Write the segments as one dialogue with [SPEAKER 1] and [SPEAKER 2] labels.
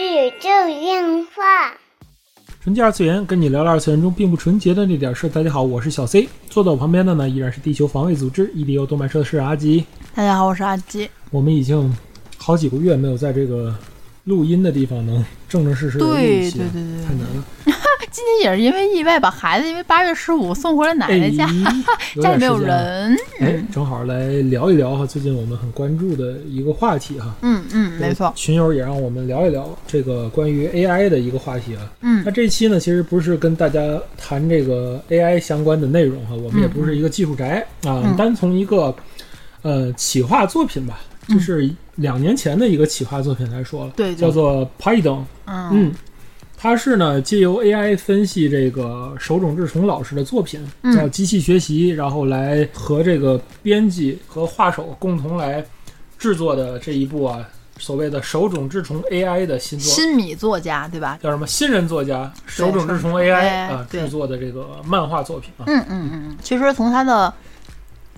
[SPEAKER 1] 宇宙电话。
[SPEAKER 2] 纯洁二次元，跟你聊聊二次元中并不纯洁的那点事儿。大家好，我是小 C，坐在我旁边的呢依然是地球防卫组织 EDO 动漫社的是阿吉。
[SPEAKER 3] 大家好，我是阿基。
[SPEAKER 2] 我们已经好几个月没有在这个录音的地方能正正式式的录一
[SPEAKER 3] 对
[SPEAKER 2] 期
[SPEAKER 3] 对
[SPEAKER 2] 了
[SPEAKER 3] 对，对
[SPEAKER 2] 太，难了。
[SPEAKER 3] 今天也是因为意外把孩子，因为八月十五送回了奶
[SPEAKER 2] 哎，
[SPEAKER 3] 奶家，
[SPEAKER 2] 有
[SPEAKER 3] 家
[SPEAKER 2] 点
[SPEAKER 3] 里没有
[SPEAKER 2] 时间了。
[SPEAKER 3] 人。
[SPEAKER 2] 哎，正好来聊一聊哈，最近我们很关注的一个话题哈。
[SPEAKER 3] 嗯嗯，没错，
[SPEAKER 2] 群友也让我们聊一聊这个关于 AI 的一个话题啊。
[SPEAKER 3] 嗯
[SPEAKER 2] 那这期呢，其实不是跟大家谈这个 AI 相关的内容哈，我们也不是一个技术宅啊，
[SPEAKER 3] 嗯
[SPEAKER 2] 单从一个呃企划作品吧，
[SPEAKER 3] 嗯
[SPEAKER 2] 这是两年前的一个企划作品来说了，
[SPEAKER 3] 对
[SPEAKER 2] 叫做 Python，
[SPEAKER 3] 嗯
[SPEAKER 2] 嗯。它是呢，借由 AI 分析这个手冢治虫老师的作品，
[SPEAKER 3] 嗯
[SPEAKER 2] 叫机器学习，然后来和这个编辑和画手共同来制作的这一部啊，所谓的手冢治虫 AI 的新作。
[SPEAKER 3] 新米作家对吧？
[SPEAKER 2] 叫什么新人作家手冢治虫 AI
[SPEAKER 3] 哎
[SPEAKER 2] 啊
[SPEAKER 3] 对
[SPEAKER 2] 制作的这个漫画作品啊，
[SPEAKER 3] 嗯嗯嗯嗯，其实从他的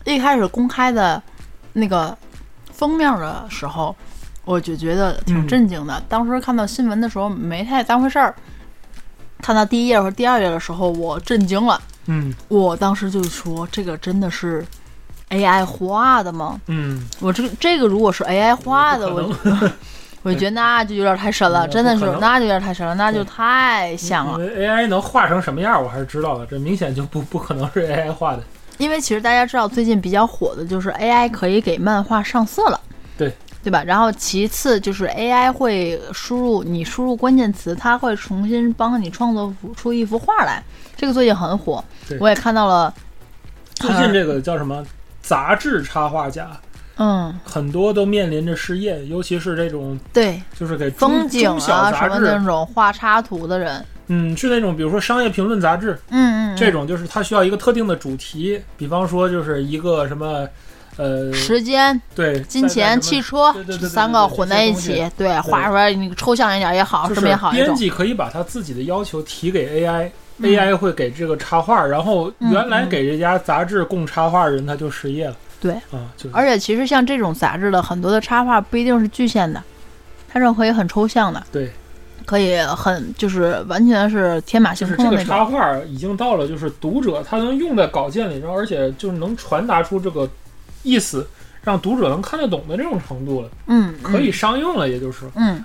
[SPEAKER 3] 一开始公开的那个封面的时候，我就觉得挺
[SPEAKER 2] 嗯
[SPEAKER 3] 震惊的。当时看到新闻的时候没太当回事儿，看到第一页和第二页的时候，我震惊了。
[SPEAKER 2] 嗯
[SPEAKER 3] 我当时就说，这个真的是 AI 画的吗？
[SPEAKER 2] 嗯，
[SPEAKER 3] 我这这个如果是 AI 画的，
[SPEAKER 2] 不可
[SPEAKER 3] 我
[SPEAKER 2] 能
[SPEAKER 3] 就我就觉得那就有点太深了，
[SPEAKER 2] 嗯
[SPEAKER 3] 真的是
[SPEAKER 2] 不可能
[SPEAKER 3] 那就有点太深了，那就
[SPEAKER 2] 对嗯
[SPEAKER 3] 太像了。
[SPEAKER 2] 因为 AI 能画成什么样，我还是知道的，这明显就不不可能是 AI 画
[SPEAKER 3] 呃
[SPEAKER 2] 的，
[SPEAKER 3] 因为其实大家知道，最近比较火的就是 AI 可以给漫画上色了，
[SPEAKER 2] 对
[SPEAKER 3] 对吧？然后其次就是 AI 会输入你输入关键词，它会重新帮你创作出一幅画来。这个最近很火
[SPEAKER 2] 对，
[SPEAKER 3] 我也看到了。
[SPEAKER 2] 最近这个叫什么杂志插画家，
[SPEAKER 3] 嗯，
[SPEAKER 2] 很多都面临着失业，尤其是这种
[SPEAKER 3] 对，
[SPEAKER 2] 就是给中
[SPEAKER 3] 风景
[SPEAKER 2] 中小
[SPEAKER 3] 啊什
[SPEAKER 2] 杂
[SPEAKER 3] 么那
[SPEAKER 2] 志，
[SPEAKER 3] 种画插图的人，
[SPEAKER 2] 嗯，是那种比如说商业评论杂志，
[SPEAKER 3] 嗯嗯，嗯
[SPEAKER 2] 这种就是它需要一个特定的主题，比方说就是一个什么，呃，
[SPEAKER 3] 时间、
[SPEAKER 2] 对，
[SPEAKER 3] 金钱、
[SPEAKER 2] 汽
[SPEAKER 3] 汽车
[SPEAKER 2] 对对对对
[SPEAKER 3] 这
[SPEAKER 2] 对
[SPEAKER 3] 三
[SPEAKER 2] 对
[SPEAKER 3] 个
[SPEAKER 2] 对
[SPEAKER 3] 混
[SPEAKER 2] 这
[SPEAKER 3] 在
[SPEAKER 2] 些
[SPEAKER 3] 一
[SPEAKER 2] 东西
[SPEAKER 3] 起，对，画出来那个抽象一点也好，
[SPEAKER 2] 就是
[SPEAKER 3] 什么也啊好，一
[SPEAKER 2] 编
[SPEAKER 3] 种
[SPEAKER 2] 辑可以把他自己的要求提给 AI。AI 会给这个插画，然后
[SPEAKER 3] 嗯
[SPEAKER 2] 原来
[SPEAKER 3] 嗯
[SPEAKER 2] 给这家杂志供插画人他就失业了。
[SPEAKER 3] 对
[SPEAKER 2] 啊，就是
[SPEAKER 3] 而且其实像这种杂志的很多的插画不一定是局限的，它是可以很抽象的，
[SPEAKER 2] 对，
[SPEAKER 3] 可以很就是完全是天马
[SPEAKER 2] 就
[SPEAKER 3] 行
[SPEAKER 2] 是这
[SPEAKER 3] 空的
[SPEAKER 2] 个
[SPEAKER 3] 那
[SPEAKER 2] 插
[SPEAKER 3] 种。
[SPEAKER 2] 画已经到了就是读者他能用在稿件里，然后而且就是能传达出这个意思，让读者能看得懂的这种程度了，
[SPEAKER 3] 嗯，嗯
[SPEAKER 2] 可以。商用了，也就是。
[SPEAKER 3] 嗯，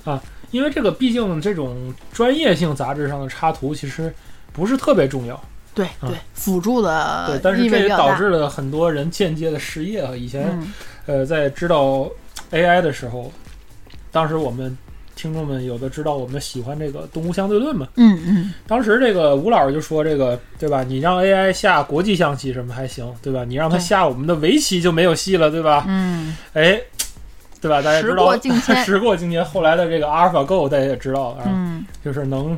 [SPEAKER 2] 因为这个毕竟这种专业性杂志上的插图其实不是特别重要，
[SPEAKER 3] 对
[SPEAKER 2] 嗯
[SPEAKER 3] 对，辅助
[SPEAKER 2] 对
[SPEAKER 3] 的，
[SPEAKER 2] 但是
[SPEAKER 3] 呃意
[SPEAKER 2] 这
[SPEAKER 3] 味
[SPEAKER 2] 也
[SPEAKER 3] 比较
[SPEAKER 2] 导
[SPEAKER 3] 大。
[SPEAKER 2] 致了很多人间接的失业啊。以前、
[SPEAKER 3] 嗯，
[SPEAKER 2] 呃，在知道 AI 的时候，当时我们听众们有的知道我们喜欢这个动物相对论嘛，
[SPEAKER 3] 嗯嗯，
[SPEAKER 2] 当时这个吴老师就说这个对吧？你让 AI 下国际象棋什么还行，对吧？你让它
[SPEAKER 3] 对
[SPEAKER 2] 下我们的围棋就没有戏了，对吧？
[SPEAKER 3] 嗯，
[SPEAKER 2] 哎，对吧？大家知
[SPEAKER 3] 时
[SPEAKER 2] 道
[SPEAKER 3] 过境 迁。
[SPEAKER 2] 时过境迁，后来的这个 AlphaGo 大家也知道啊。
[SPEAKER 3] 嗯，
[SPEAKER 2] 就是能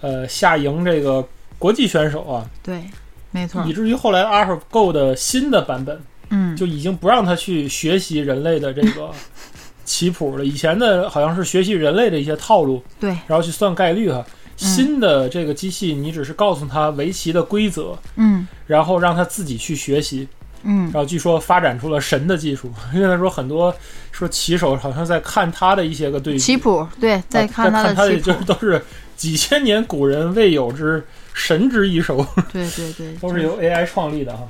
[SPEAKER 2] 呃下赢这个国际选手啊，
[SPEAKER 3] 对，没错
[SPEAKER 2] 以。至于后来 AlphaGo 的新的版本
[SPEAKER 3] 嗯，
[SPEAKER 2] 就已经不让他去学习人类的这个 棋谱了。以前的好像是学习人类的一些套路，
[SPEAKER 3] 对，
[SPEAKER 2] 然后去算概率哈、新的这个机器，你只是告诉他围棋的规则，
[SPEAKER 3] 嗯
[SPEAKER 2] 然后让他自己去学习。
[SPEAKER 3] 嗯，
[SPEAKER 2] 然后据说发展出了神的技术，因为他说很多说棋手好像在看他的一些个对局，
[SPEAKER 3] 棋谱，对，再看
[SPEAKER 2] 他
[SPEAKER 3] 他的棋
[SPEAKER 2] 就是
[SPEAKER 3] 谱，
[SPEAKER 2] 都是几千年古人未有之神之一手，
[SPEAKER 3] 对对对，
[SPEAKER 2] 都
[SPEAKER 3] 就是
[SPEAKER 2] 由 AI 创立的哈。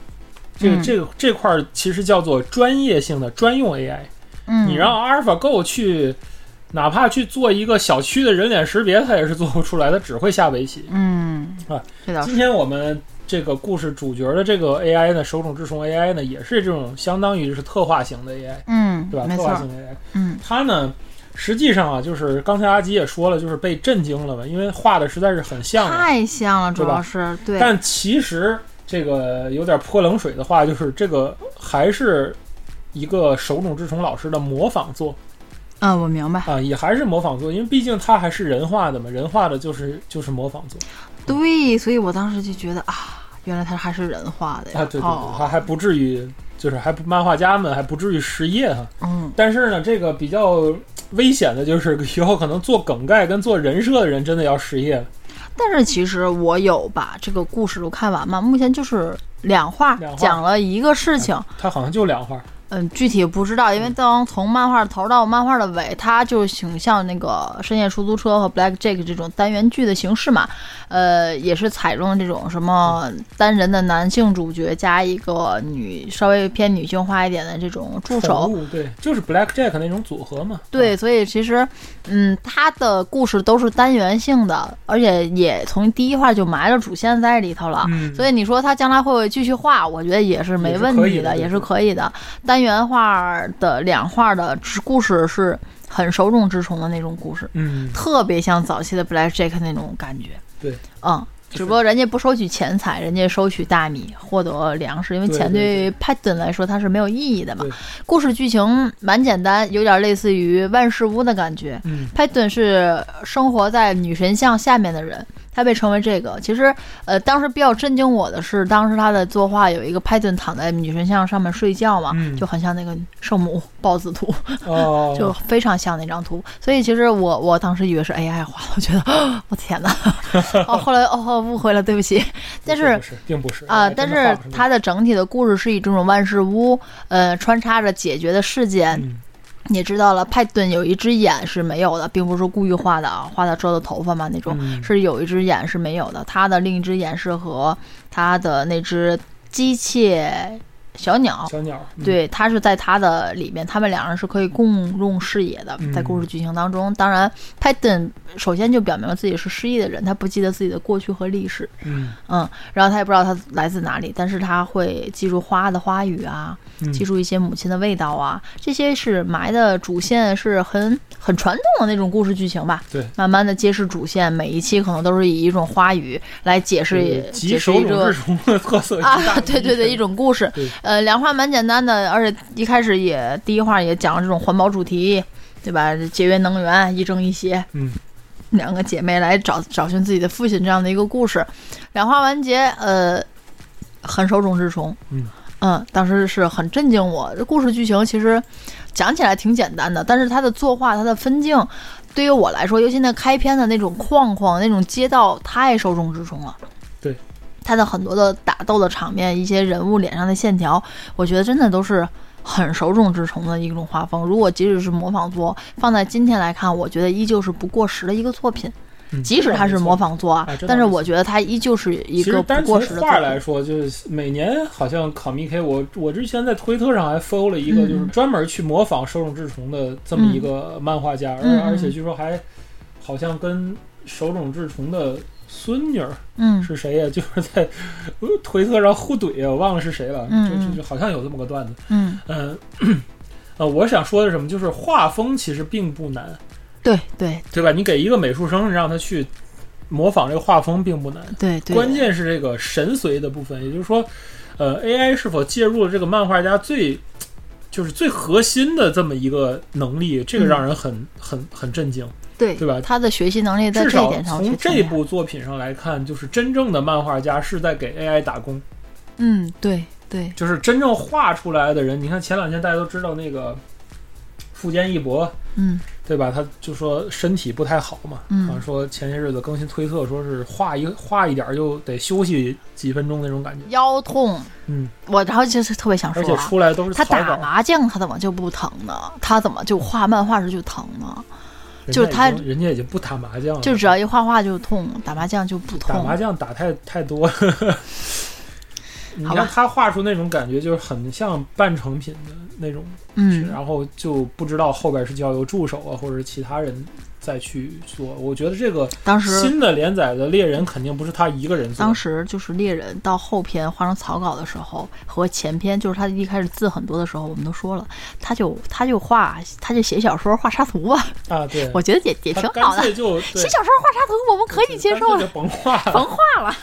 [SPEAKER 2] 这个、
[SPEAKER 3] 嗯
[SPEAKER 2] 这个这块儿其实叫做专业性的专用 AI。
[SPEAKER 3] 嗯，
[SPEAKER 2] 你让 AlphaGo 去，哪怕去做一个小区的人脸识别，它也是做不出来的，只会下围棋。
[SPEAKER 3] 嗯
[SPEAKER 2] 啊，
[SPEAKER 3] 这倒是
[SPEAKER 2] 今天我们这个故事主角的这个 AI 呢，手冢治虫 AI 呢，也是这种相当于是特化型的 AI，
[SPEAKER 3] 嗯，
[SPEAKER 2] 对吧？
[SPEAKER 3] 没
[SPEAKER 2] 特
[SPEAKER 3] 错
[SPEAKER 2] 化
[SPEAKER 3] 儿
[SPEAKER 2] 型，的 AI。
[SPEAKER 3] 嗯
[SPEAKER 2] 他呢，实际上啊，就是刚才阿吉也说了，就是被震惊了嘛，因为画的实在是很像了。
[SPEAKER 3] 太像了，主
[SPEAKER 2] 对吧
[SPEAKER 3] 要是对，
[SPEAKER 2] 但其实这个有点泼冷水的话，就是这个还是一个手冢治虫老师的模仿作
[SPEAKER 3] 嗯，我明白，
[SPEAKER 2] 啊，也还是模仿作，因为毕竟他还是人画的嘛，人画的就是就是模仿作
[SPEAKER 3] 对，所以我当时就觉得啊，原来他还是人画的呀，
[SPEAKER 2] 啊，对对对，还
[SPEAKER 3] 哦，
[SPEAKER 2] 还不至于。就是还不漫画家们还不至于失业哈，
[SPEAKER 3] 嗯，
[SPEAKER 2] 但是呢，这个比较危险的就是 以后可能做梗概跟做人设的人真的要失业了。
[SPEAKER 3] 但是其实我有把这个故事都看完嘛，目前就是两话
[SPEAKER 2] 两话
[SPEAKER 3] 讲了一个事情，
[SPEAKER 2] 他好像就两画，
[SPEAKER 3] 嗯，具体不知道，因为
[SPEAKER 2] 嗯
[SPEAKER 3] 当从漫画头到漫画的尾，它就挺像那个《深夜出租车》和《Black Jack》这种单元剧的形式嘛。呃，也是采用了这种什么
[SPEAKER 2] 嗯
[SPEAKER 3] 单人的男性主角加一个女稍微偏女性化一点的这种助手
[SPEAKER 2] 宠。物对，就是 Black Jack 那种组合嘛。
[SPEAKER 3] 对，所以其实，嗯，它的故事都是单元性的，而且也从第一话就埋了主线在里头了。
[SPEAKER 2] 嗯，
[SPEAKER 3] 所以你说他将来会不会继续画？我觉得也是没问题的，
[SPEAKER 2] 也
[SPEAKER 3] 也
[SPEAKER 2] 是
[SPEAKER 3] 是可以的。单元画的两画的故事是很手冢治虫的那种故事，
[SPEAKER 2] 嗯，
[SPEAKER 3] 特别像早期的 Black Jack 那种感觉。
[SPEAKER 2] 对，
[SPEAKER 3] 嗯。
[SPEAKER 2] 就是
[SPEAKER 3] 只不过人家不收取钱财，人家收取大米，获得粮食，因为
[SPEAKER 2] 对
[SPEAKER 3] 钱
[SPEAKER 2] 对
[SPEAKER 3] 对于 Patton 来说它是没有意义的嘛
[SPEAKER 2] 对。
[SPEAKER 3] 故事剧情蛮简单，有点类似于万事屋的感觉。
[SPEAKER 2] 嗯，
[SPEAKER 3] 派顿是生活在女神像下面的人，他被称为这个。其实，呃，当时比较震惊我的是，当时他的作画有一个派顿躺在女神像上面睡觉嘛，
[SPEAKER 2] 嗯
[SPEAKER 3] 就很像那个圣母豹子图，
[SPEAKER 2] 哦，
[SPEAKER 3] 就非常像那张图。所以其实我我当时以为是 AI 画的，我觉得我天哪！ 哦，后来哦误会了，对不起。但是
[SPEAKER 2] 不是并不是哎
[SPEAKER 3] 啊、但是它的整体的故事是以这种万事屋，呃，穿插着解决的事件，
[SPEAKER 2] 嗯
[SPEAKER 3] 也知道了，派顿有一只眼是没有的，并不是故意画的啊，画他遮的头发嘛那种，
[SPEAKER 2] 嗯
[SPEAKER 3] 是有一只眼是没有的，他的另一只眼是和他的那只机械小鸟。
[SPEAKER 2] 小鸟，嗯，
[SPEAKER 3] 对，它是在它的里面，他们两人是可以共用视野的，在
[SPEAKER 2] 嗯
[SPEAKER 3] 故事剧情当中。当然，派顿首先就表明了自己是失忆的人，他不记得自己的过去和历史，
[SPEAKER 2] 嗯，
[SPEAKER 3] 嗯，然后他也不知道他来自哪里，但是他会记住花的花语啊，
[SPEAKER 2] 嗯
[SPEAKER 3] 记住一些母亲的味道啊，这些是埋的主线是很很传统的那种故事剧情吧。
[SPEAKER 2] 对，
[SPEAKER 3] 慢慢的揭示主线，每一期可能都是以一种花语来解释
[SPEAKER 2] 是
[SPEAKER 3] 解
[SPEAKER 2] 集
[SPEAKER 3] 释
[SPEAKER 2] 手
[SPEAKER 3] 一
[SPEAKER 2] 冢
[SPEAKER 3] 个
[SPEAKER 2] 治虫的特色
[SPEAKER 3] 啊
[SPEAKER 2] 集大，成
[SPEAKER 3] 对对对，一种故事
[SPEAKER 2] 对。
[SPEAKER 3] 呃，两话蛮简单的，而且一开始也第一话也讲了这种环保主题，对吧？节约能源，一正一邪。
[SPEAKER 2] 嗯。
[SPEAKER 3] 两个姐妹来找找寻自己的父亲这样的一个故事，两话完结，呃，很手冢治虫，
[SPEAKER 2] 嗯
[SPEAKER 3] 嗯当时是很震惊我。这故事剧情其实讲起来挺简单的，但是它的作画、它的分镜，对于我来说，尤其那开篇的那种框框、那种街道，太手冢治虫了。
[SPEAKER 2] 对，
[SPEAKER 3] 他的很多的打斗的场面，一些人物脸上的线条，我觉得真的都是很手冢治虫的一种画风。如果即使是模仿作，放在今天来看，我觉得依旧是不过时的一个作品。
[SPEAKER 2] 嗯
[SPEAKER 3] 即使它是模，仿作啊
[SPEAKER 2] 啊这倒，
[SPEAKER 3] 但是
[SPEAKER 2] 没错
[SPEAKER 3] 我觉得它依旧是一
[SPEAKER 2] 其实
[SPEAKER 3] 个不
[SPEAKER 2] 单
[SPEAKER 3] 过
[SPEAKER 2] 从
[SPEAKER 3] 时的
[SPEAKER 2] 画
[SPEAKER 3] 作
[SPEAKER 2] 来
[SPEAKER 3] 品。
[SPEAKER 2] 说，就是每年好像考米 K，我我之前在推特上还 follow 了一个，
[SPEAKER 3] 嗯
[SPEAKER 2] 就是专门去模仿手冢治虫的这么一个漫画家，
[SPEAKER 3] 嗯嗯
[SPEAKER 2] 而而且据说还好像跟手冢治虫的孙女儿
[SPEAKER 3] 嗯
[SPEAKER 2] 是谁呀、 就是在呃推特上互怼啊，我忘了是谁了，
[SPEAKER 3] 嗯
[SPEAKER 2] 就
[SPEAKER 3] 嗯
[SPEAKER 2] 就就好像有这么个段子，
[SPEAKER 3] 嗯，
[SPEAKER 2] 嗯。 呃，我想说的是什么，就是画风其实并不难，
[SPEAKER 3] 对对
[SPEAKER 2] 对吧？你给一个美术生让他去模仿这个画风并不难，
[SPEAKER 3] 对对，
[SPEAKER 2] 关键是这个神随的部分，也就是说，呃，AI 是否介入了这个漫画家最就是最核心的这么一个能力，这个
[SPEAKER 3] 嗯
[SPEAKER 2] 让人很、很很震惊。
[SPEAKER 3] 对
[SPEAKER 2] 对吧
[SPEAKER 3] 他的学习能力在
[SPEAKER 2] 至
[SPEAKER 3] 这一
[SPEAKER 2] 少
[SPEAKER 3] 点上，我觉
[SPEAKER 2] 从
[SPEAKER 3] 得挺
[SPEAKER 2] 这
[SPEAKER 3] 厉害，
[SPEAKER 2] 部作品上来看，就是真正的漫画家是在给 AI 打工，
[SPEAKER 3] 嗯，对对，
[SPEAKER 2] 就是真正画出来的人。你看前两天大家都知道那个富坚义博，
[SPEAKER 3] 嗯
[SPEAKER 2] 对吧？他就说身体不太好嘛，
[SPEAKER 3] 嗯
[SPEAKER 2] 啊，说前些日子更新推特，说是画一画一点儿就得休息几分钟那种感觉，
[SPEAKER 3] 腰痛，
[SPEAKER 2] 嗯，
[SPEAKER 3] 我然后就是特别想
[SPEAKER 2] 而且
[SPEAKER 3] 说啊，
[SPEAKER 2] 出来都是
[SPEAKER 3] 他
[SPEAKER 2] 草
[SPEAKER 3] 打
[SPEAKER 2] 稿。
[SPEAKER 3] 麻将他怎么就不疼呢？他怎么就画漫画时就疼呢？
[SPEAKER 2] 人
[SPEAKER 3] 就是
[SPEAKER 2] 家已
[SPEAKER 3] 他
[SPEAKER 2] 经人家已经不打麻将了，
[SPEAKER 3] 就只要一画画就痛，打麻将就不
[SPEAKER 2] 打麻
[SPEAKER 3] 痛。
[SPEAKER 2] 将打太太多 了。你
[SPEAKER 3] 好吧
[SPEAKER 2] 看他画出那种感觉，就是很像半成品的那种，
[SPEAKER 3] 嗯
[SPEAKER 2] 然后就不知道后边是要由助手啊，或者是其他人再去做。我觉得这个
[SPEAKER 3] 当时
[SPEAKER 2] 新的连载的猎人肯定不是他一个人做
[SPEAKER 3] 当，时就是猎人到后篇画成草稿的时候，和前篇就是他一开始字很多的时候，我们都说了，他就他就画他就写小说画插图吧，
[SPEAKER 2] 啊，对，
[SPEAKER 3] 我觉得也也
[SPEAKER 2] 他
[SPEAKER 3] 挺好
[SPEAKER 2] 干
[SPEAKER 3] 的。
[SPEAKER 2] 脆就
[SPEAKER 3] 写
[SPEAKER 2] 对，
[SPEAKER 3] 小说画插图我们可以接受
[SPEAKER 2] 干脆
[SPEAKER 3] 了，
[SPEAKER 2] 就甭画了，
[SPEAKER 3] 甭画了，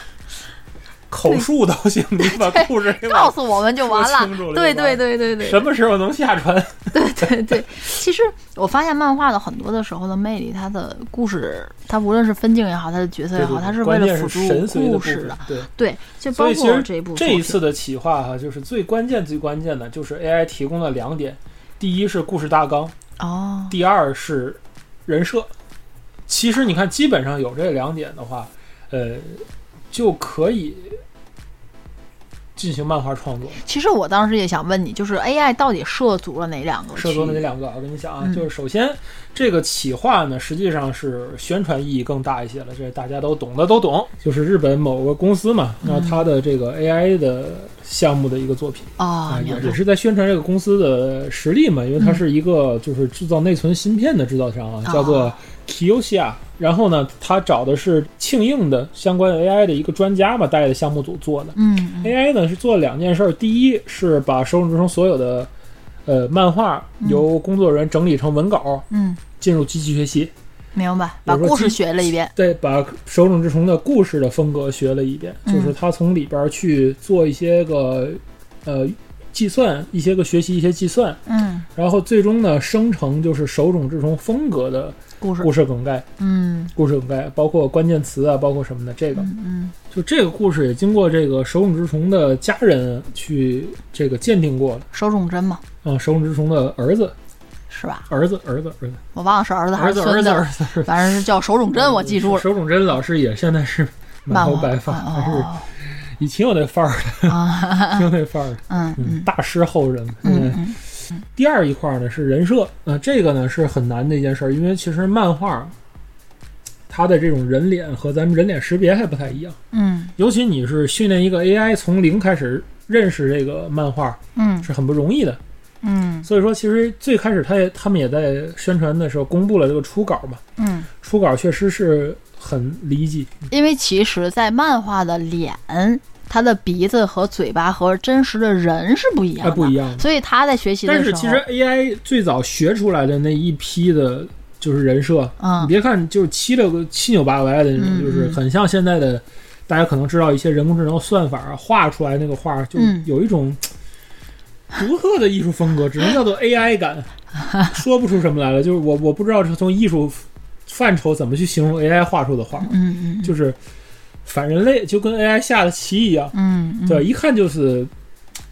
[SPEAKER 2] 口述都行，你把故事给我
[SPEAKER 3] 告诉我们就完
[SPEAKER 2] 说清楚了
[SPEAKER 3] 了。
[SPEAKER 2] 就
[SPEAKER 3] 对
[SPEAKER 2] 完
[SPEAKER 3] 对
[SPEAKER 2] 了
[SPEAKER 3] 对对对。
[SPEAKER 2] 什么时候能下传？
[SPEAKER 3] 对对，其实我发现漫画的很多的时候的魅力，它的故事，它无论是分镜也好，它的角色也
[SPEAKER 2] 对对
[SPEAKER 3] 好，
[SPEAKER 2] 对
[SPEAKER 3] 它为
[SPEAKER 2] 关
[SPEAKER 3] 了
[SPEAKER 2] 键
[SPEAKER 3] 辅助
[SPEAKER 2] 是神髓的
[SPEAKER 3] 故
[SPEAKER 2] 部
[SPEAKER 3] 事
[SPEAKER 2] 分
[SPEAKER 3] 的。，
[SPEAKER 2] 对。
[SPEAKER 3] 对，就包
[SPEAKER 2] 所以其
[SPEAKER 3] 括
[SPEAKER 2] 实
[SPEAKER 3] 这一部作
[SPEAKER 2] 这
[SPEAKER 3] 品。
[SPEAKER 2] 一次的企划哈、就是最关键、最关键的就是 AI 提供了两点：第一是故事大纲，
[SPEAKER 3] 哦，
[SPEAKER 2] 第二是人设。其实你看，基本上有这两点的话，呃，就可以进行漫画创作。
[SPEAKER 3] 其实我当时也想问你，就是 AI 到底涉足了哪两个区
[SPEAKER 2] 涉
[SPEAKER 3] 域？
[SPEAKER 2] 足的那两个，我跟你讲啊，
[SPEAKER 3] 嗯
[SPEAKER 2] 就是首先这个企划呢，实际上是宣传意义更大一些了，这大家都懂的都懂。就是日本某个公司嘛，
[SPEAKER 3] 嗯
[SPEAKER 2] 那它的这个 AI 的项目的一个作品
[SPEAKER 3] 哦
[SPEAKER 2] 啊，，
[SPEAKER 3] 明
[SPEAKER 2] 也
[SPEAKER 3] 白
[SPEAKER 2] 也。是在宣传这个公司的实力嘛，因为它
[SPEAKER 3] 嗯
[SPEAKER 2] 是一个就是制造内存芯片的制造商啊，
[SPEAKER 3] 哦
[SPEAKER 2] 叫做 Kioxia。然后呢，他找的是庆应的相关 AI 的一个专家吧，带的项目组做的。
[SPEAKER 3] 嗯，嗯
[SPEAKER 2] AI 呢是做了两件事儿，第一是把《手冢治虫》所有的呃漫画
[SPEAKER 3] 嗯
[SPEAKER 2] 由工作人员整理成文稿，
[SPEAKER 3] 嗯，
[SPEAKER 2] 进入机器学习，
[SPEAKER 3] 明白，把
[SPEAKER 2] 比如说
[SPEAKER 3] 故
[SPEAKER 2] 基
[SPEAKER 3] 事学了一遍。
[SPEAKER 2] 对，把《手冢治虫》的故事的风格学了一遍，
[SPEAKER 3] 嗯
[SPEAKER 2] 就是他从里边儿去做一些个呃计算，一些个学习一些计算，
[SPEAKER 3] 嗯，
[SPEAKER 2] 然后最终呢生成就是手冢治虫风格的
[SPEAKER 3] 故事。
[SPEAKER 2] 故事梗概、
[SPEAKER 3] 嗯
[SPEAKER 2] 故事梗概，包括关键词啊，包括什么的这个。
[SPEAKER 3] 嗯嗯，
[SPEAKER 2] 就这个故事也经过这个手冢治虫的家人去这个鉴定过了。
[SPEAKER 3] 手冢真嘛，
[SPEAKER 2] 啊，手冢治虫的儿子，
[SPEAKER 3] 是吧？
[SPEAKER 2] 儿子，儿子，儿子，
[SPEAKER 3] 我忘了是儿子还
[SPEAKER 2] 儿
[SPEAKER 3] 是
[SPEAKER 2] 子，
[SPEAKER 3] 孙
[SPEAKER 2] 儿
[SPEAKER 3] 子
[SPEAKER 2] 子，
[SPEAKER 3] 了
[SPEAKER 2] 儿，子，儿子。
[SPEAKER 3] 反正是叫手冢真，我记住了。
[SPEAKER 2] 手冢真老师也现在是满头
[SPEAKER 3] 漫画
[SPEAKER 2] 白发，
[SPEAKER 3] 哦
[SPEAKER 2] 还是也挺有那范儿的，
[SPEAKER 3] 哦哦啊，
[SPEAKER 2] 挺有那范儿的。
[SPEAKER 3] 嗯嗯
[SPEAKER 2] 大师后人嘛。
[SPEAKER 3] 嗯
[SPEAKER 2] 嗯。
[SPEAKER 3] 嗯
[SPEAKER 2] 第二一块儿呢是人设，呃，这个呢是很难的一件事儿，因为其实漫画。它的这种人脸和咱们人脸识别还不太一样，
[SPEAKER 3] 嗯
[SPEAKER 2] 尤其你是训练一个 AI 从零开始认识这个漫画
[SPEAKER 3] 嗯
[SPEAKER 2] 是很不容易的。
[SPEAKER 3] 嗯
[SPEAKER 2] 所以说，其实最开始他也他们也在宣传的时候公布了这个初稿嘛，
[SPEAKER 3] 嗯，
[SPEAKER 2] 初稿确实是很离奇，
[SPEAKER 3] 因为其实，在漫画的脸，他的鼻子和嘴巴和真实的人是哎不一样
[SPEAKER 2] 它
[SPEAKER 3] 的，
[SPEAKER 2] 不一样的。
[SPEAKER 3] 所以他在学习的时
[SPEAKER 2] 但
[SPEAKER 3] 候，
[SPEAKER 2] 是其实 AI 最早学出来的那一批的，就是人设，你
[SPEAKER 3] 嗯
[SPEAKER 2] 别看就是七六个七扭八歪的那
[SPEAKER 3] 嗯
[SPEAKER 2] 种，就是
[SPEAKER 3] 嗯
[SPEAKER 2] 很像现在的，大家可能知道一些人工智能算法啊画出来那个画，就
[SPEAKER 3] 嗯
[SPEAKER 2] 有一种独特的艺术风格，只能叫做 AI 感，说不出什么来了。就是我我不知道是从艺术范畴怎么去形容 AI 画出的画。
[SPEAKER 3] 嗯嗯
[SPEAKER 2] 就是反人类，就跟 AI 下的棋一样，
[SPEAKER 3] 嗯，
[SPEAKER 2] 对吧，一看就是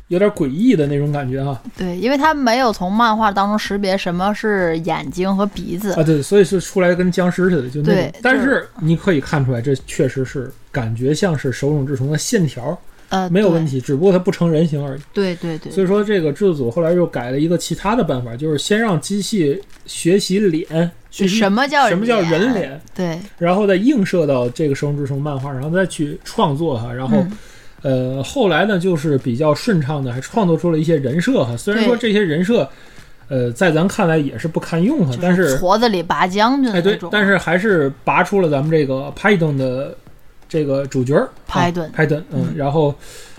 [SPEAKER 2] 有点诡异的那种感觉哈
[SPEAKER 3] 对，因为他没有从漫画当中识别什么是眼睛和鼻子，
[SPEAKER 2] 啊，对，所以是出来跟僵尸似的，就那
[SPEAKER 3] 对
[SPEAKER 2] 种。但
[SPEAKER 3] 就是
[SPEAKER 2] 你可以看出来，这确实是感觉像是手冢治虫的线条，
[SPEAKER 3] 呃，
[SPEAKER 2] 没有问题，只不过它不成人形而已。
[SPEAKER 3] 对。对对
[SPEAKER 2] 所
[SPEAKER 3] 对，
[SPEAKER 2] 以说，这个制作组后来又改了一个其他的办法，就是先让机器学习脸，学习
[SPEAKER 3] 什么叫
[SPEAKER 2] 什么叫人
[SPEAKER 3] 脸？啊
[SPEAKER 2] 脸，
[SPEAKER 3] 对，
[SPEAKER 2] 然后再映射到这个手冢治虫漫画，然后再去创作哈，然后
[SPEAKER 3] 嗯
[SPEAKER 2] 呃，后来呢，就是比较顺畅的，还创作出了一些人设哈。虽然说
[SPEAKER 3] 对
[SPEAKER 2] 这些人设，呃，在咱看来也是不堪用哈，
[SPEAKER 3] 就
[SPEAKER 2] 但是，
[SPEAKER 3] 矬子里拔将军
[SPEAKER 2] 哎，
[SPEAKER 3] 的那
[SPEAKER 2] 对
[SPEAKER 3] 种，，
[SPEAKER 2] 但是还是拔出了咱们这个 Python 的这个主角儿
[SPEAKER 3] 派顿
[SPEAKER 2] 啊，Python，嗯，
[SPEAKER 3] 嗯
[SPEAKER 2] 然后，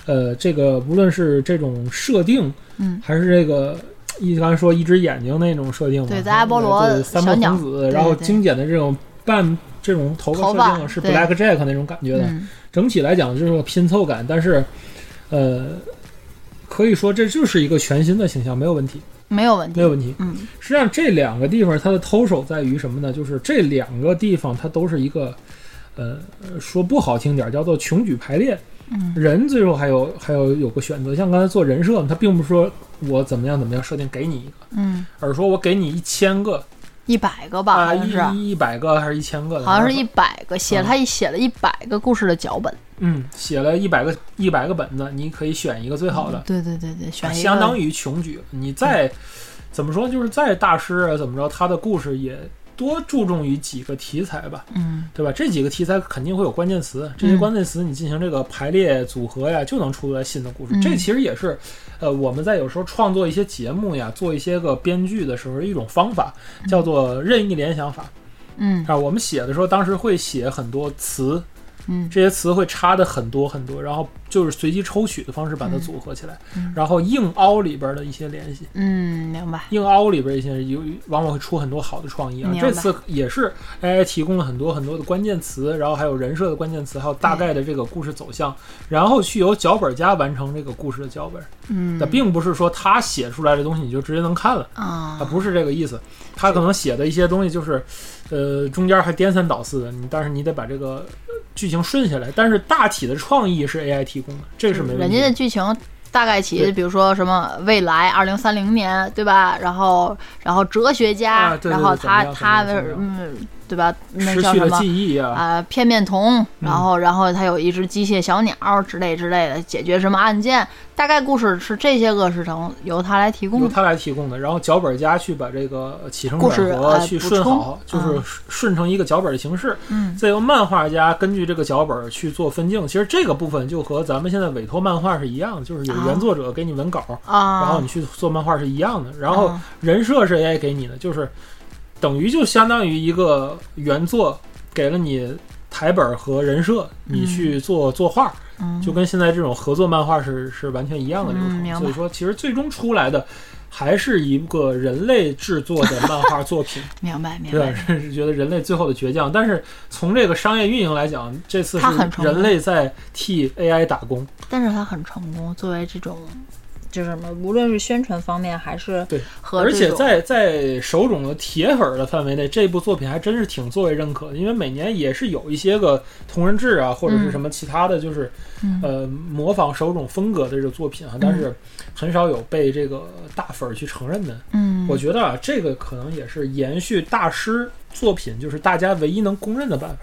[SPEAKER 2] 呃，这个无论是这种设定，
[SPEAKER 3] 嗯
[SPEAKER 2] 还是这个。一刚才说一只眼睛那种设定嘛，
[SPEAKER 3] 对在阿波罗
[SPEAKER 2] 对三
[SPEAKER 3] 小
[SPEAKER 2] 毛
[SPEAKER 3] 鸟
[SPEAKER 2] 童子，
[SPEAKER 3] 对
[SPEAKER 2] 然后
[SPEAKER 3] 对
[SPEAKER 2] 经典的这种半这种头发
[SPEAKER 3] 头
[SPEAKER 2] 设
[SPEAKER 3] 发
[SPEAKER 2] 定是
[SPEAKER 3] 对
[SPEAKER 2] Black Jack 那种感觉的，
[SPEAKER 3] 嗯
[SPEAKER 2] 整体来讲就是个拼凑感，但是，呃，可以说这就是一个全新的形象，没有问题，
[SPEAKER 3] 没有问
[SPEAKER 2] 没
[SPEAKER 3] 题，
[SPEAKER 2] 有问题。
[SPEAKER 3] 嗯
[SPEAKER 2] 实际上这两个地方它的偷手在于什么呢？就是这两个地方它都是一个，呃，说不好听点儿叫做穷举排列。
[SPEAKER 3] 嗯
[SPEAKER 2] 人最后还有还有有个选择，像刚才做人设，他并不是说我怎么样怎么样设定给你一个，
[SPEAKER 3] 嗯，
[SPEAKER 2] 而是说我给你一千个
[SPEAKER 3] 一百个吧，好
[SPEAKER 2] 啊，
[SPEAKER 3] 像是，
[SPEAKER 2] 一一百个还是一千个的，
[SPEAKER 3] 好像是一百个，写
[SPEAKER 2] 呃嗯
[SPEAKER 3] 了他写了一百个故事的脚本，
[SPEAKER 2] 嗯，写了一百个一百个本子，你可以选一个最好的。
[SPEAKER 3] 对对对对，选一个，
[SPEAKER 2] 相当于穷举。你再怎么说，就是再大师啊，怎么着，他的故事也多注重于几个题材吧，
[SPEAKER 3] 嗯
[SPEAKER 2] 对吧？这几个题材肯定会有关键词，这些
[SPEAKER 3] 嗯
[SPEAKER 2] 关键词你进行这个排列组合呀，就能出来新的故事。
[SPEAKER 3] 嗯
[SPEAKER 2] 这其实也是，呃，我们在有时候创作一些节目呀，做一些个编剧的时候一种方法，叫做任意联想法
[SPEAKER 3] 嗯
[SPEAKER 2] 啊。我们写的时候，当时会写很多词，
[SPEAKER 3] 嗯
[SPEAKER 2] 这些词会插的很多很多，然后就是随机抽取的方式把它
[SPEAKER 3] 嗯
[SPEAKER 2] 组合起来，
[SPEAKER 3] 嗯
[SPEAKER 2] 然后硬凹里边的一些联系。
[SPEAKER 3] 嗯，明白，
[SPEAKER 2] 硬凹里边一些有往往会出很多好的创意啊
[SPEAKER 3] 明。白
[SPEAKER 2] 这次也是 AI 提供了很多很多的关键词，然后还有人设的关键词，还有大概的这个故事走向，然后去由脚本家完成这个故事的脚本。
[SPEAKER 3] 嗯
[SPEAKER 2] 那、并不是说他写出来的东西你就直接能看了。
[SPEAKER 3] 啊
[SPEAKER 2] 啊，，不是这个意思，他可能写的一些东西就是，呃，中间还颠三倒四的，你但是你得把这个呃剧情顺下来，但是大体的创意是 AI 提供的，这个是没问
[SPEAKER 3] 人
[SPEAKER 2] 题
[SPEAKER 3] 家
[SPEAKER 2] 的。
[SPEAKER 3] 的剧情大概其，
[SPEAKER 2] 对
[SPEAKER 3] 比如说什么未来二零三零年，对吧？然后然后哲学家，
[SPEAKER 2] 啊对对对
[SPEAKER 3] 然后他
[SPEAKER 2] 怎么样
[SPEAKER 3] 他
[SPEAKER 2] 怎么样
[SPEAKER 3] 嗯对吧？那
[SPEAKER 2] 失
[SPEAKER 3] 叫
[SPEAKER 2] 去
[SPEAKER 3] 什
[SPEAKER 2] 了
[SPEAKER 3] 么？
[SPEAKER 2] 记忆啊，
[SPEAKER 3] 啊、片面童，然后然后它有一只机械小鸟之类之类的，解决什么案件？大概故事是这些个是从由它来提供
[SPEAKER 2] 由
[SPEAKER 3] 的。
[SPEAKER 2] 他来提供的，然后脚本家去把这个起承
[SPEAKER 3] 嗯故事
[SPEAKER 2] 转合
[SPEAKER 3] 呃
[SPEAKER 2] 去
[SPEAKER 3] 补
[SPEAKER 2] 顺好，就
[SPEAKER 3] 充
[SPEAKER 2] 是
[SPEAKER 3] 嗯
[SPEAKER 2] 顺顺成一个脚本的形式。
[SPEAKER 3] 嗯，
[SPEAKER 2] 再由漫画家根据这个脚本去做分镜。其实这个部分就和咱们现在委托漫画是一样的，就是有
[SPEAKER 3] 啊
[SPEAKER 2] 原作者给你文稿，
[SPEAKER 3] 啊，
[SPEAKER 2] 然后你去做漫画是一样的。然后
[SPEAKER 3] 嗯
[SPEAKER 2] 人设是 AI 给你的，就是等于就相当于一个原作给了你台本和人设，你去做作画，
[SPEAKER 3] 嗯
[SPEAKER 2] 就跟现在这种合作漫画是是完全一样的流
[SPEAKER 3] 嗯明
[SPEAKER 2] 程。
[SPEAKER 3] 白
[SPEAKER 2] 所以说，其实最终出来的。还是一个人类制作的漫画作 品，
[SPEAKER 3] 明白明
[SPEAKER 2] 对啊
[SPEAKER 3] 白
[SPEAKER 2] 吧，？是是觉得人类最后的倔强。但是从这个商业运营来讲，这次是
[SPEAKER 3] 它很成功
[SPEAKER 2] 人类在替 AI 打工。
[SPEAKER 3] 但是它很成功，作为这种。就是什么，无论是宣传方面还是
[SPEAKER 2] 对
[SPEAKER 3] 和
[SPEAKER 2] 而且
[SPEAKER 3] 这种
[SPEAKER 2] 在在手冢的铁粉儿的范围内，这部作品还真是挺作为认可的，因为每年也是有一些个同人志啊，或者是什么其他的，就是、
[SPEAKER 3] 嗯
[SPEAKER 2] 呃模仿手冢风格的这个作品啊，但是很少有被这个大粉儿去承认的。
[SPEAKER 3] 嗯，
[SPEAKER 2] 我觉得啊，这个可能也是延续大师作品，就是大家唯一能公认的办法。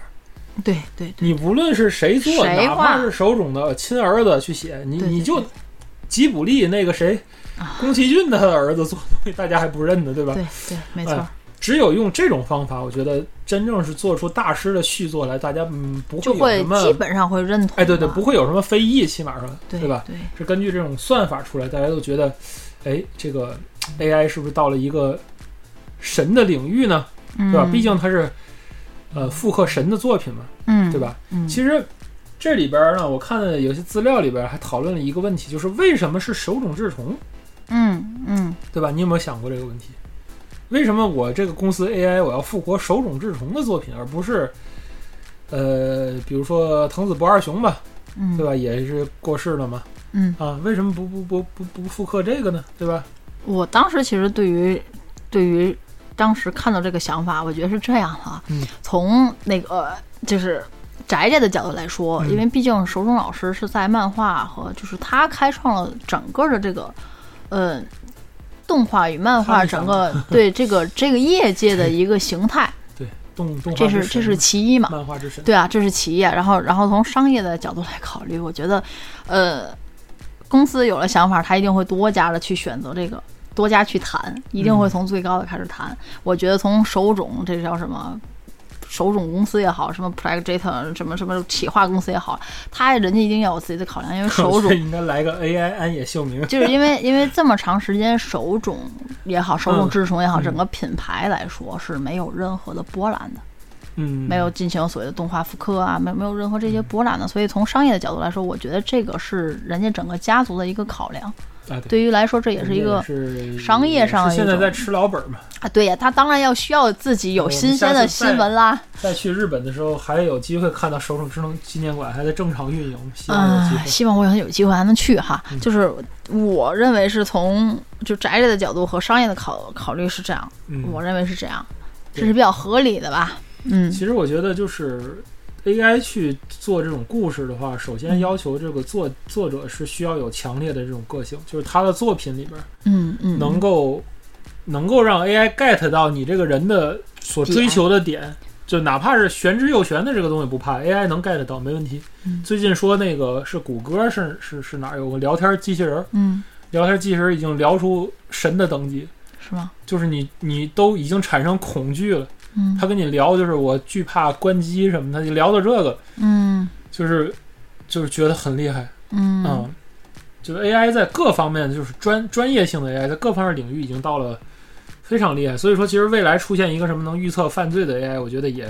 [SPEAKER 3] 对对对，
[SPEAKER 2] 你无论是谁做，
[SPEAKER 3] 谁
[SPEAKER 2] 哪
[SPEAKER 3] 画
[SPEAKER 2] 怕是手冢的亲儿子去写，你
[SPEAKER 3] 对对
[SPEAKER 2] 你就
[SPEAKER 3] 对
[SPEAKER 2] 吉卜力那个谁
[SPEAKER 3] 啊，
[SPEAKER 2] 宫崎骏他的儿子做的东西，大家还不认呢，对吧？
[SPEAKER 3] 对对，没错
[SPEAKER 2] 哎，只有用这种方法，我觉得真正是做出大师的续作来，大家嗯不
[SPEAKER 3] 就
[SPEAKER 2] 会有
[SPEAKER 3] 会
[SPEAKER 2] 什么
[SPEAKER 3] 基本上会认同吧。
[SPEAKER 2] 哎，对对，不会有什么非议，起码说
[SPEAKER 3] 对
[SPEAKER 2] 吧？
[SPEAKER 3] 对，
[SPEAKER 2] 是根据这种算法出来，大家都觉得，哎，这个 AI 是不是到了一个神的领域呢？
[SPEAKER 3] 嗯，
[SPEAKER 2] 对吧？毕竟它是呃复刻神的作品嘛，
[SPEAKER 3] 嗯，
[SPEAKER 2] 对吧？
[SPEAKER 3] 嗯？
[SPEAKER 2] 其实这里边呢，我看的有些资料里边还讨论了一个问题，就是为什么是手冢治虫，
[SPEAKER 3] 嗯嗯
[SPEAKER 2] 对吧？你有没有想过这个问题？为什么我这个公司 AI 我要复活手冢治虫的作品，而不是呃，比如说藤子不二雄吧，
[SPEAKER 3] 嗯，
[SPEAKER 2] 对？吧？也是过世了嘛，
[SPEAKER 3] 嗯，
[SPEAKER 2] 啊，为什么不不不不不复刻这个呢？对吧？
[SPEAKER 3] 我当时其实对于对于当时看到这个想法，我觉得是这样的啊。
[SPEAKER 2] 嗯
[SPEAKER 3] 从那个呃就是宅宅的角度来说，
[SPEAKER 2] 嗯
[SPEAKER 3] 因为毕竟手冢老师是在漫画和就是他开创了整个的这个呃动画与漫
[SPEAKER 2] 他
[SPEAKER 3] 画
[SPEAKER 2] 是想
[SPEAKER 3] 整个对这个这个业界的一个形态，
[SPEAKER 2] 动动画
[SPEAKER 3] 这
[SPEAKER 2] 之
[SPEAKER 3] 是
[SPEAKER 2] 神
[SPEAKER 3] 这是其一嘛。
[SPEAKER 2] 漫画之神，
[SPEAKER 3] 对啊，这是企业。然后，然后从商业的角度来考虑，我觉得，呃，公司有了想法，他一定会多家的去选择这个，多家去谈，一定会从最高的开始谈。我觉得从手冢这叫什么？手冢公司也好，什么 Project 什么什么企划公司也好，他人家一定要有自己的考量，因为 手
[SPEAKER 2] 我觉得
[SPEAKER 3] 冢
[SPEAKER 2] 应该来个 AI 安野秀明，
[SPEAKER 3] 就是因为因为这么长时间，手冢也好，手冢
[SPEAKER 2] 嗯
[SPEAKER 3] 治虫也好，
[SPEAKER 2] 嗯
[SPEAKER 3] 整个品牌来说是没有任何的波澜的。
[SPEAKER 2] 嗯，
[SPEAKER 3] 没有进行所谓的动画复刻啊，没有没有任何这些波澜的。所以从商业的角度来说，我觉得这个是人家整个家族的一个考量。
[SPEAKER 2] 啊，对，
[SPEAKER 3] 对于来说，这也是一个
[SPEAKER 2] 是
[SPEAKER 3] 商业上的
[SPEAKER 2] 是现
[SPEAKER 3] 一
[SPEAKER 2] 在
[SPEAKER 3] 种
[SPEAKER 2] 在吃老本嘛。
[SPEAKER 3] 啊，对呀、他当然要需要自己有新鲜的新闻啦。
[SPEAKER 2] 再去日本的时候，还有机会看到首冢智能纪念馆还在正常运营，希望有机
[SPEAKER 3] 啊，
[SPEAKER 2] 会。
[SPEAKER 3] 希望我有机会还能去哈。
[SPEAKER 2] 嗯
[SPEAKER 3] 就是我认为是从就宅宅的角度和商业的考考虑是这样，
[SPEAKER 2] 嗯，
[SPEAKER 3] 我认为是这样，
[SPEAKER 2] 对
[SPEAKER 3] 这是比较合理的吧？嗯
[SPEAKER 2] 其实我觉得就是 AI 去做这种故事的话，首
[SPEAKER 3] 嗯
[SPEAKER 2] 先要求这个作作者是需要有强烈的这种个性，就是他的作品里边
[SPEAKER 3] 嗯嗯，
[SPEAKER 2] 能够能够让 AI get 到你这个人的所追求的点。就哪怕是玄之又玄的这个东西不怕，AI 能 get 到没问题。
[SPEAKER 3] 嗯
[SPEAKER 2] 最近说那个是谷歌是是是哪儿有个聊天机器人儿，
[SPEAKER 3] 嗯
[SPEAKER 2] 聊天机器人已经聊出神的等级，
[SPEAKER 3] 是吗？
[SPEAKER 2] 就是你你都已经产生恐惧了。
[SPEAKER 3] 嗯
[SPEAKER 2] 他跟你聊就是我惧怕关机什么的，就聊到这个，
[SPEAKER 3] 嗯
[SPEAKER 2] 就是就是觉得很厉害，
[SPEAKER 3] 嗯
[SPEAKER 2] 嗯，就是 AI 在各方面就是专专业性的 AI 在各方面领域已经到了非常厉害，所以说其实未来出现一个什么能预测犯罪的 AI，我觉得也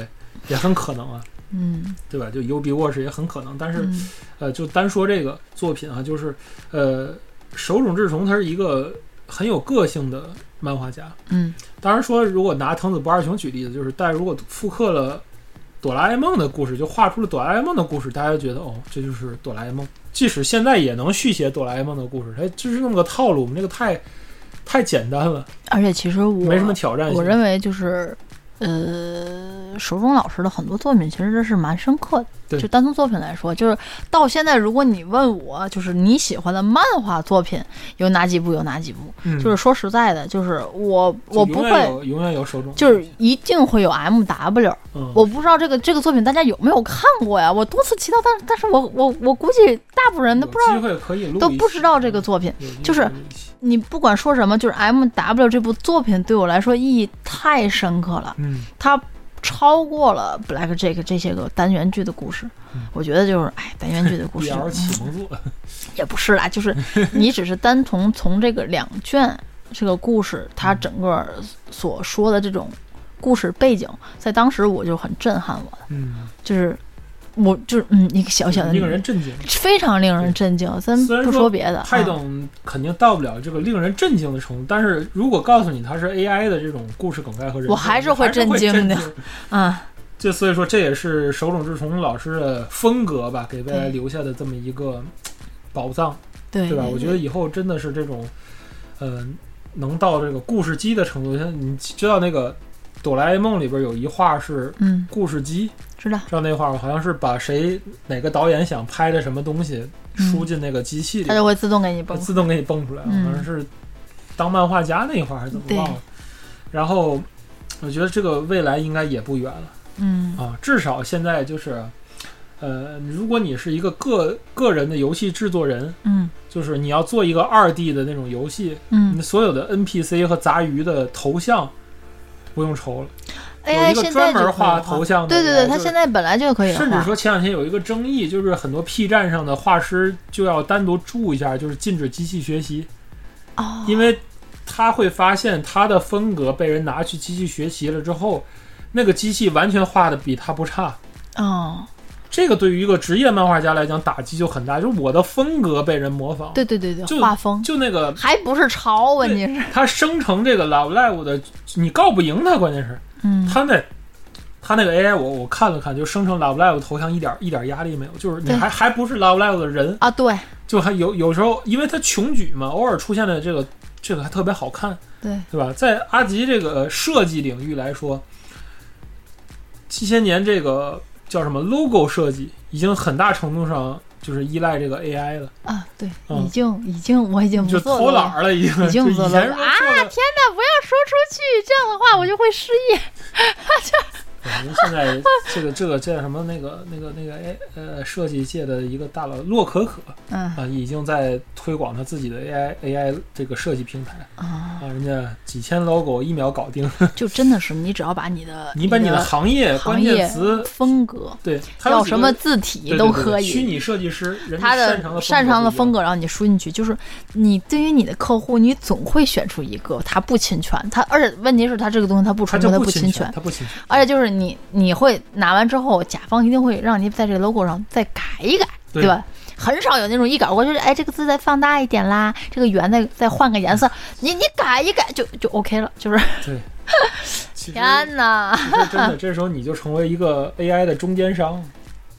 [SPEAKER 2] 也很可能啊，
[SPEAKER 3] 嗯
[SPEAKER 2] 对吧？就 U B Watch 也很可能，但是
[SPEAKER 3] 嗯
[SPEAKER 2] 呃，就单说这个作品啊，就是呃，手冢治虫他是一个很有个性的漫画家。
[SPEAKER 3] 嗯
[SPEAKER 2] 当然说，如果拿藤子不二雄举例子，就是但如果复刻了哆啦 A 梦的故事，就画出了哆啦 A 梦的故事，大家就觉得哦，这就是哆啦 A 梦。即使现在也能续写哆啦 A 梦的故事，它就是那么个套路，我们这个太太简单了，
[SPEAKER 3] 而且其实我
[SPEAKER 2] 没什么挑战性。
[SPEAKER 3] 我认为就是，呃，手冢老师的很多作品其实是蛮深刻的，
[SPEAKER 2] 对
[SPEAKER 3] 就单从作品来说，就是到现在，如果你问我，就是你喜欢的漫画作品有哪几部？有哪几部？
[SPEAKER 2] 嗯，
[SPEAKER 3] 就是说实在的，就是我
[SPEAKER 2] 就
[SPEAKER 3] 我不
[SPEAKER 2] 永远
[SPEAKER 3] 会，
[SPEAKER 2] 有永远有手冢，
[SPEAKER 3] 就是一定会有 M W。
[SPEAKER 2] 嗯，
[SPEAKER 3] 我不知道这个这个作品大家有没有看过呀？我多次提到，但是但是我我我估计大部分人都
[SPEAKER 2] 有
[SPEAKER 3] 不知
[SPEAKER 2] 机
[SPEAKER 3] 道
[SPEAKER 2] 会可以录
[SPEAKER 3] 都
[SPEAKER 2] 一
[SPEAKER 3] 不
[SPEAKER 2] 期嗯
[SPEAKER 3] 知道这个作品。
[SPEAKER 2] 有机会
[SPEAKER 3] 就是
[SPEAKER 2] 可以录一期
[SPEAKER 3] 你不管说什么，就是 M W 这部作品对我来说意义太深刻了。
[SPEAKER 2] 嗯，
[SPEAKER 3] 它超过了 Black Jack 这些个单元剧的故事，
[SPEAKER 2] 嗯
[SPEAKER 3] 我觉得就是哎，单元剧的故
[SPEAKER 2] 一
[SPEAKER 3] 事
[SPEAKER 2] 儿启蒙 作，
[SPEAKER 3] 也不是啦，就是你只是单从从这个两卷这个故事，它
[SPEAKER 2] 嗯
[SPEAKER 3] 整个所说的这种故事背景，在当时我就很震撼我的，
[SPEAKER 2] 嗯，
[SPEAKER 3] 就是我就是嗯一个小小的
[SPEAKER 2] 令人震惊。
[SPEAKER 3] 非常令人震惊，咱
[SPEAKER 2] 虽然
[SPEAKER 3] 不
[SPEAKER 2] 说
[SPEAKER 3] 说别的，
[SPEAKER 2] 派
[SPEAKER 3] 啊、
[SPEAKER 2] 等肯定到不了这个令人震惊的程度，但是如果告诉你它是 AI 的这种故事梗概和人设，
[SPEAKER 3] 我还是
[SPEAKER 2] 你
[SPEAKER 3] 会
[SPEAKER 2] 会
[SPEAKER 3] 震惊的
[SPEAKER 2] 惊。
[SPEAKER 3] 嗯，
[SPEAKER 2] 就所以说，这也是手冢治虫老师的风格吧，给未来留下的这么一个宝藏，
[SPEAKER 3] 对
[SPEAKER 2] 对吧？我觉得以后真的是这种，嗯、能到这个故事机的程度。像你知道那个哆啦 A 梦里边有一画是
[SPEAKER 3] 嗯
[SPEAKER 2] 故事机，
[SPEAKER 3] 知道，
[SPEAKER 2] 知道那画吗？好像是把谁哪个导演想拍的什么东西
[SPEAKER 3] 嗯
[SPEAKER 2] 输进那个机器里
[SPEAKER 3] 它，就会自动给你
[SPEAKER 2] 它
[SPEAKER 3] 崩。
[SPEAKER 2] 自动给你蹦出来，
[SPEAKER 3] 嗯
[SPEAKER 2] 好像是当漫画家那一块儿还是怎么
[SPEAKER 3] 对
[SPEAKER 2] 忘了。然后我觉得这个未来应该也不远了
[SPEAKER 3] 嗯
[SPEAKER 2] 啊，至少现在就是，呃，如果你是一个个个人的游戏制作人，
[SPEAKER 3] 嗯
[SPEAKER 2] 就是你要做一个二 D 的那种游戏，你
[SPEAKER 3] 嗯
[SPEAKER 2] 所有的 NPC 和杂鱼的头像不用愁了，有
[SPEAKER 3] ，AI
[SPEAKER 2] 一个
[SPEAKER 3] 现在
[SPEAKER 2] 专
[SPEAKER 3] 就可以
[SPEAKER 2] 门画
[SPEAKER 3] 画
[SPEAKER 2] 头像的 AI
[SPEAKER 3] 对
[SPEAKER 2] 就是，
[SPEAKER 3] 对对，它现在本来就可以画，
[SPEAKER 2] 甚至说前两天有一个争议，就是很多 P 站上的画师就要单独注一下，就是禁止机器学习，
[SPEAKER 3] 哦，
[SPEAKER 2] 因为他会发现他的风格被人拿去机器学习了之后，那个机器完全画的比他不差。
[SPEAKER 3] 哦，
[SPEAKER 2] 这个对于一个职业漫画家来讲打击就很大，就是我的风格被人模仿，
[SPEAKER 3] 对对对对，
[SPEAKER 2] 就
[SPEAKER 3] 画风
[SPEAKER 2] 就那个
[SPEAKER 3] 还不是潮，问题是，
[SPEAKER 2] 他生成这个 Love Live 的，你告不赢他，关键是
[SPEAKER 3] 嗯，
[SPEAKER 2] 他那。他那个 AI 我我看了看，就生成 Love Live 头像一点一点压力没有，就是你
[SPEAKER 3] 对
[SPEAKER 2] 还还不是 Love Live 的人，
[SPEAKER 3] 啊，对
[SPEAKER 2] 就还有有时候，因为它穷举嘛，偶尔出现的这个这个还特别好看，
[SPEAKER 3] 对，
[SPEAKER 2] 对吧？在阿吉这个呃设计领域来说，七千年这个叫什么 logo 设计，已经很大程度上就是依赖这个 AI 了，
[SPEAKER 3] 啊，对，
[SPEAKER 2] 嗯
[SPEAKER 3] 已经已经我已经不
[SPEAKER 2] 就
[SPEAKER 3] 做
[SPEAKER 2] 偷懒
[SPEAKER 3] 了。
[SPEAKER 2] 儿了，已经
[SPEAKER 3] 已
[SPEAKER 2] 就
[SPEAKER 3] 经不
[SPEAKER 2] 以
[SPEAKER 3] 做
[SPEAKER 2] 前
[SPEAKER 3] 了
[SPEAKER 2] 说
[SPEAKER 3] 啊
[SPEAKER 2] 做
[SPEAKER 3] 那不要说出去，这样的话我就会失业。
[SPEAKER 2] 的，因为现在这个这个这叫什么那个那个那个哎呃设计界的一个大佬洛可可
[SPEAKER 3] 嗯
[SPEAKER 2] 啊，已经在推广他自己的 AI AI 这个设计平台
[SPEAKER 3] 啊，
[SPEAKER 2] 啊，人家几千 logo 一秒搞定。
[SPEAKER 3] 就真的是你只要把你的
[SPEAKER 2] 你把你的行业
[SPEAKER 3] 行
[SPEAKER 2] 关
[SPEAKER 3] 业
[SPEAKER 2] 键词
[SPEAKER 3] 风格
[SPEAKER 2] 对，它有
[SPEAKER 3] 要
[SPEAKER 2] 几
[SPEAKER 3] 什
[SPEAKER 2] 个
[SPEAKER 3] 么字体
[SPEAKER 2] 对
[SPEAKER 3] 都
[SPEAKER 2] 对对
[SPEAKER 3] 可
[SPEAKER 2] 虚
[SPEAKER 3] 以。
[SPEAKER 2] 拟设计师，人
[SPEAKER 3] 他
[SPEAKER 2] 家
[SPEAKER 3] 的擅长的风
[SPEAKER 2] 格
[SPEAKER 3] 格，然后你输进去，就是你对于你的客户，你总会选出一个他不侵权，他而且问题是他这个东西他不
[SPEAKER 2] 不一样，
[SPEAKER 3] 重
[SPEAKER 2] 他
[SPEAKER 3] 复，
[SPEAKER 2] 就
[SPEAKER 3] 不
[SPEAKER 2] 侵
[SPEAKER 3] 侵权，
[SPEAKER 2] 他不侵权。
[SPEAKER 3] 而且就是你你会拿完之后，甲方一定会让你在这个 logo 上再改一改，
[SPEAKER 2] 对
[SPEAKER 3] 吧？很少有那种一改过就是，哎，这个字再放大一点啦，这个圆再再换个颜色，你你改一改就就 OK 了， 就是
[SPEAKER 2] 其实
[SPEAKER 3] 天哪
[SPEAKER 2] 其实真的，这时候你就成为一个 AI 的中间商。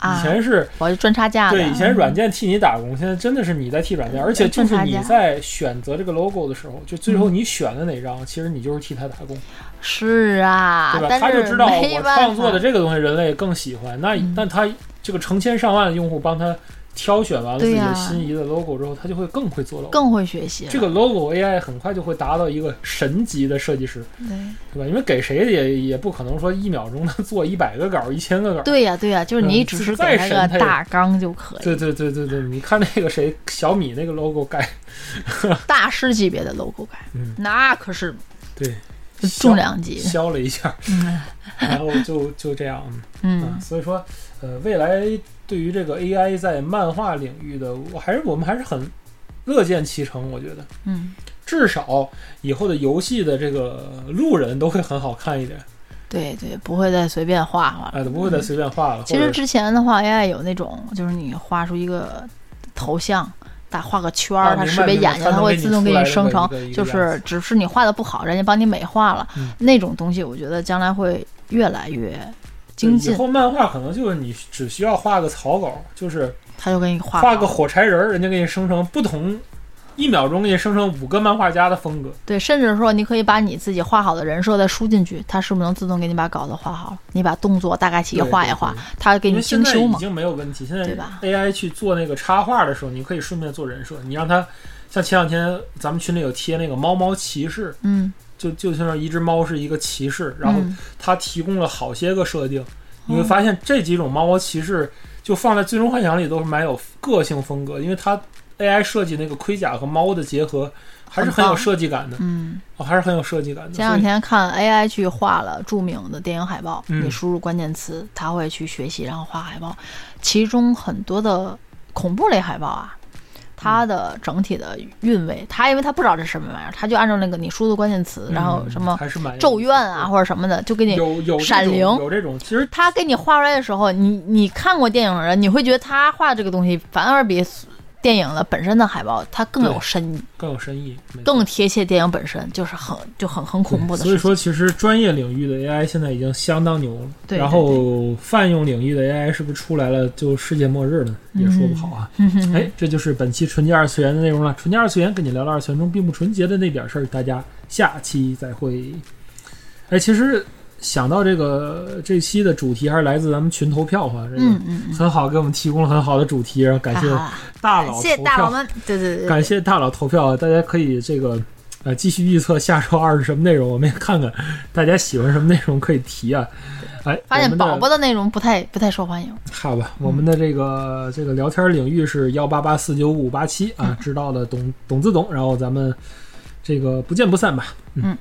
[SPEAKER 2] 以
[SPEAKER 3] 啊！
[SPEAKER 2] 前是
[SPEAKER 3] 我就赚差价的，嗯
[SPEAKER 2] 对，以前软件替你打工，现在真的是你在替软件，而且就
[SPEAKER 3] 赚
[SPEAKER 2] 是
[SPEAKER 3] 差
[SPEAKER 2] 你
[SPEAKER 3] 价
[SPEAKER 2] 在选择这个 logo 的时候，就最后你选的哪张，其实你就是替他打工，
[SPEAKER 3] 是嗯啊，
[SPEAKER 2] 对吧？
[SPEAKER 3] 但
[SPEAKER 2] 他就是知道
[SPEAKER 3] 没
[SPEAKER 2] 我
[SPEAKER 3] 办法
[SPEAKER 2] 创作的这个东西人类更喜欢，那
[SPEAKER 3] 嗯
[SPEAKER 2] 但他这个成千上万的用户帮他挑选完了自
[SPEAKER 3] 对
[SPEAKER 2] 己
[SPEAKER 3] 呀
[SPEAKER 2] 的心仪的 logo 之后，他就会更会做 logo。
[SPEAKER 3] 更会学习了，
[SPEAKER 2] 这个 logo AI 很快就会达到一个神级的设计师，
[SPEAKER 3] 对
[SPEAKER 2] 对吧？因为给谁也也不可能说一秒钟能做一百个稿、一千个稿。
[SPEAKER 3] 对呀、对呀、就是
[SPEAKER 2] 嗯
[SPEAKER 3] 你只是
[SPEAKER 2] 再
[SPEAKER 3] 给他
[SPEAKER 2] 神他
[SPEAKER 3] 个
[SPEAKER 2] 也
[SPEAKER 3] 大纲就可以，
[SPEAKER 2] 对对对对对，你看那个谁，小米那个 logo 改，
[SPEAKER 3] 大师级别的 logo 改，
[SPEAKER 2] 嗯
[SPEAKER 3] 那可是
[SPEAKER 2] 对，
[SPEAKER 3] 重量级，
[SPEAKER 2] 削了一 下，
[SPEAKER 3] 嗯
[SPEAKER 2] 然后就就这样。
[SPEAKER 3] 嗯
[SPEAKER 2] 嗯，所以说，呃，未来对于这个 AI 在漫画领域的，我还是我们还是很乐见其成，我觉得。
[SPEAKER 3] 嗯，
[SPEAKER 2] 至少以后的游戏的这个路人都会很好看一点，
[SPEAKER 3] 对对，不会再随便画画了。
[SPEAKER 2] 哎，都不会再随便画了。
[SPEAKER 3] 其
[SPEAKER 2] 或
[SPEAKER 3] 实
[SPEAKER 2] 者
[SPEAKER 3] 之前的话，AI 有那种，就是你画出一个头像，打画个圈
[SPEAKER 2] 啊
[SPEAKER 3] 儿，它
[SPEAKER 2] 明
[SPEAKER 3] 识
[SPEAKER 2] 白
[SPEAKER 3] 别
[SPEAKER 2] 明白
[SPEAKER 3] 眼睛，
[SPEAKER 2] 它
[SPEAKER 3] 它
[SPEAKER 2] 能
[SPEAKER 3] 会
[SPEAKER 2] 给你
[SPEAKER 3] 自动
[SPEAKER 2] 出
[SPEAKER 3] 给
[SPEAKER 2] 来
[SPEAKER 3] 你
[SPEAKER 2] 这
[SPEAKER 3] 生
[SPEAKER 2] 么一
[SPEAKER 3] 成
[SPEAKER 2] 个一，个
[SPEAKER 3] 就
[SPEAKER 2] 样
[SPEAKER 3] 是只是你画的不好，人家帮你美化了
[SPEAKER 2] 嗯，
[SPEAKER 3] 那种东西，我觉得将来会越来越精
[SPEAKER 2] 以
[SPEAKER 3] 进，
[SPEAKER 2] 后漫画可能就是你只需要画个草稿，就是
[SPEAKER 3] 它就给你画
[SPEAKER 2] 画
[SPEAKER 3] 好
[SPEAKER 2] 个火柴人儿，人家给你生成不同一秒钟给你生成五个漫画家的风格。
[SPEAKER 3] 对，甚至说你可以把你自己画好的人设再输进去，它是不是能自动给你把稿子画好？你把动作大概齐
[SPEAKER 2] 对
[SPEAKER 3] 画
[SPEAKER 2] 对
[SPEAKER 3] 一画
[SPEAKER 2] 对，
[SPEAKER 3] 它给
[SPEAKER 2] 因
[SPEAKER 3] 你
[SPEAKER 2] 为现
[SPEAKER 3] 精
[SPEAKER 2] 在
[SPEAKER 3] 修
[SPEAKER 2] 已
[SPEAKER 3] 嘛。
[SPEAKER 2] 经没有问题，现在
[SPEAKER 3] 对吧
[SPEAKER 2] AI 去做那个插画的时候，你可以顺便做人设，你让它像前两天咱们群里有贴那个猫猫骑士，
[SPEAKER 3] 嗯，
[SPEAKER 2] 就就像一只猫是一个骑士，然后
[SPEAKER 3] 嗯
[SPEAKER 2] 它提供了好些个设定，你会发现这几种猫猫骑士就放在《最终幻想》里都是蛮有个性风格，因为它 AI 设计那个盔甲和猫的结合还是
[SPEAKER 3] 很棒
[SPEAKER 2] 很有设计感的，
[SPEAKER 3] 嗯，
[SPEAKER 2] 哦还是很有设计感的。
[SPEAKER 3] 前两
[SPEAKER 2] 所以
[SPEAKER 3] 天看 AI 去画了著名的电影海报，
[SPEAKER 2] 嗯
[SPEAKER 3] 你输入关键词，它会去学习，然后画海报。其中很多的恐怖类海报啊，它
[SPEAKER 2] 嗯
[SPEAKER 3] 的整体的韵味，它因为它不知道这是什么玩意儿，它就按照那个你输入关键词，然后
[SPEAKER 2] 嗯
[SPEAKER 3] 什么
[SPEAKER 2] 还是蛮有
[SPEAKER 3] 咒怨啊或者什么的，就给你
[SPEAKER 2] 有有这
[SPEAKER 3] 闪
[SPEAKER 2] 种
[SPEAKER 3] 灵
[SPEAKER 2] 有这种，其实
[SPEAKER 3] 他给你画出来的时候，你你看过电影的人，你会觉得他画这个东西反而比电影的本身的海报它更有
[SPEAKER 2] 对
[SPEAKER 3] 深意，
[SPEAKER 2] 更有深意，没错
[SPEAKER 3] 更贴切电影本身，就是很就很很恐怖的
[SPEAKER 2] 所以
[SPEAKER 3] 事情。
[SPEAKER 2] 说，其实专业领域的 AI 现在已经相当牛了。
[SPEAKER 3] 对
[SPEAKER 2] 然后泛用领域的 AI 是不是出来了就世界末日了？也说不好啊。
[SPEAKER 3] 嗯哼
[SPEAKER 2] 哎，这就是本期纯洁二次元的内容了。纯洁二次元跟你聊聊二次元中并不纯洁的那点事儿，大家下期再会。哎，其实想到这个这期的主题还是来自咱们群投票哈，这个
[SPEAKER 3] 嗯嗯，
[SPEAKER 2] 很好，给我们提供了很好的主题，然后感
[SPEAKER 3] 太
[SPEAKER 2] 谢
[SPEAKER 3] 好了，
[SPEAKER 2] 大佬
[SPEAKER 3] 感
[SPEAKER 2] 投
[SPEAKER 3] 谢大佬
[SPEAKER 2] 票。
[SPEAKER 3] 们，对对对
[SPEAKER 2] 感
[SPEAKER 3] 对，
[SPEAKER 2] 谢大佬投票，大家可以这个呃继续预测下周二是什么内容，我们也看看大家喜欢什么内容可以提啊。哎，
[SPEAKER 3] 发
[SPEAKER 2] 我
[SPEAKER 3] 现
[SPEAKER 2] 们的
[SPEAKER 3] 宝宝的内容不太不太受欢迎。
[SPEAKER 2] 好吧，我们的这个这个聊天领域是幺八八四九五五八七啊，知道的懂懂自懂，然后咱们这个不见不散吧。
[SPEAKER 3] 嗯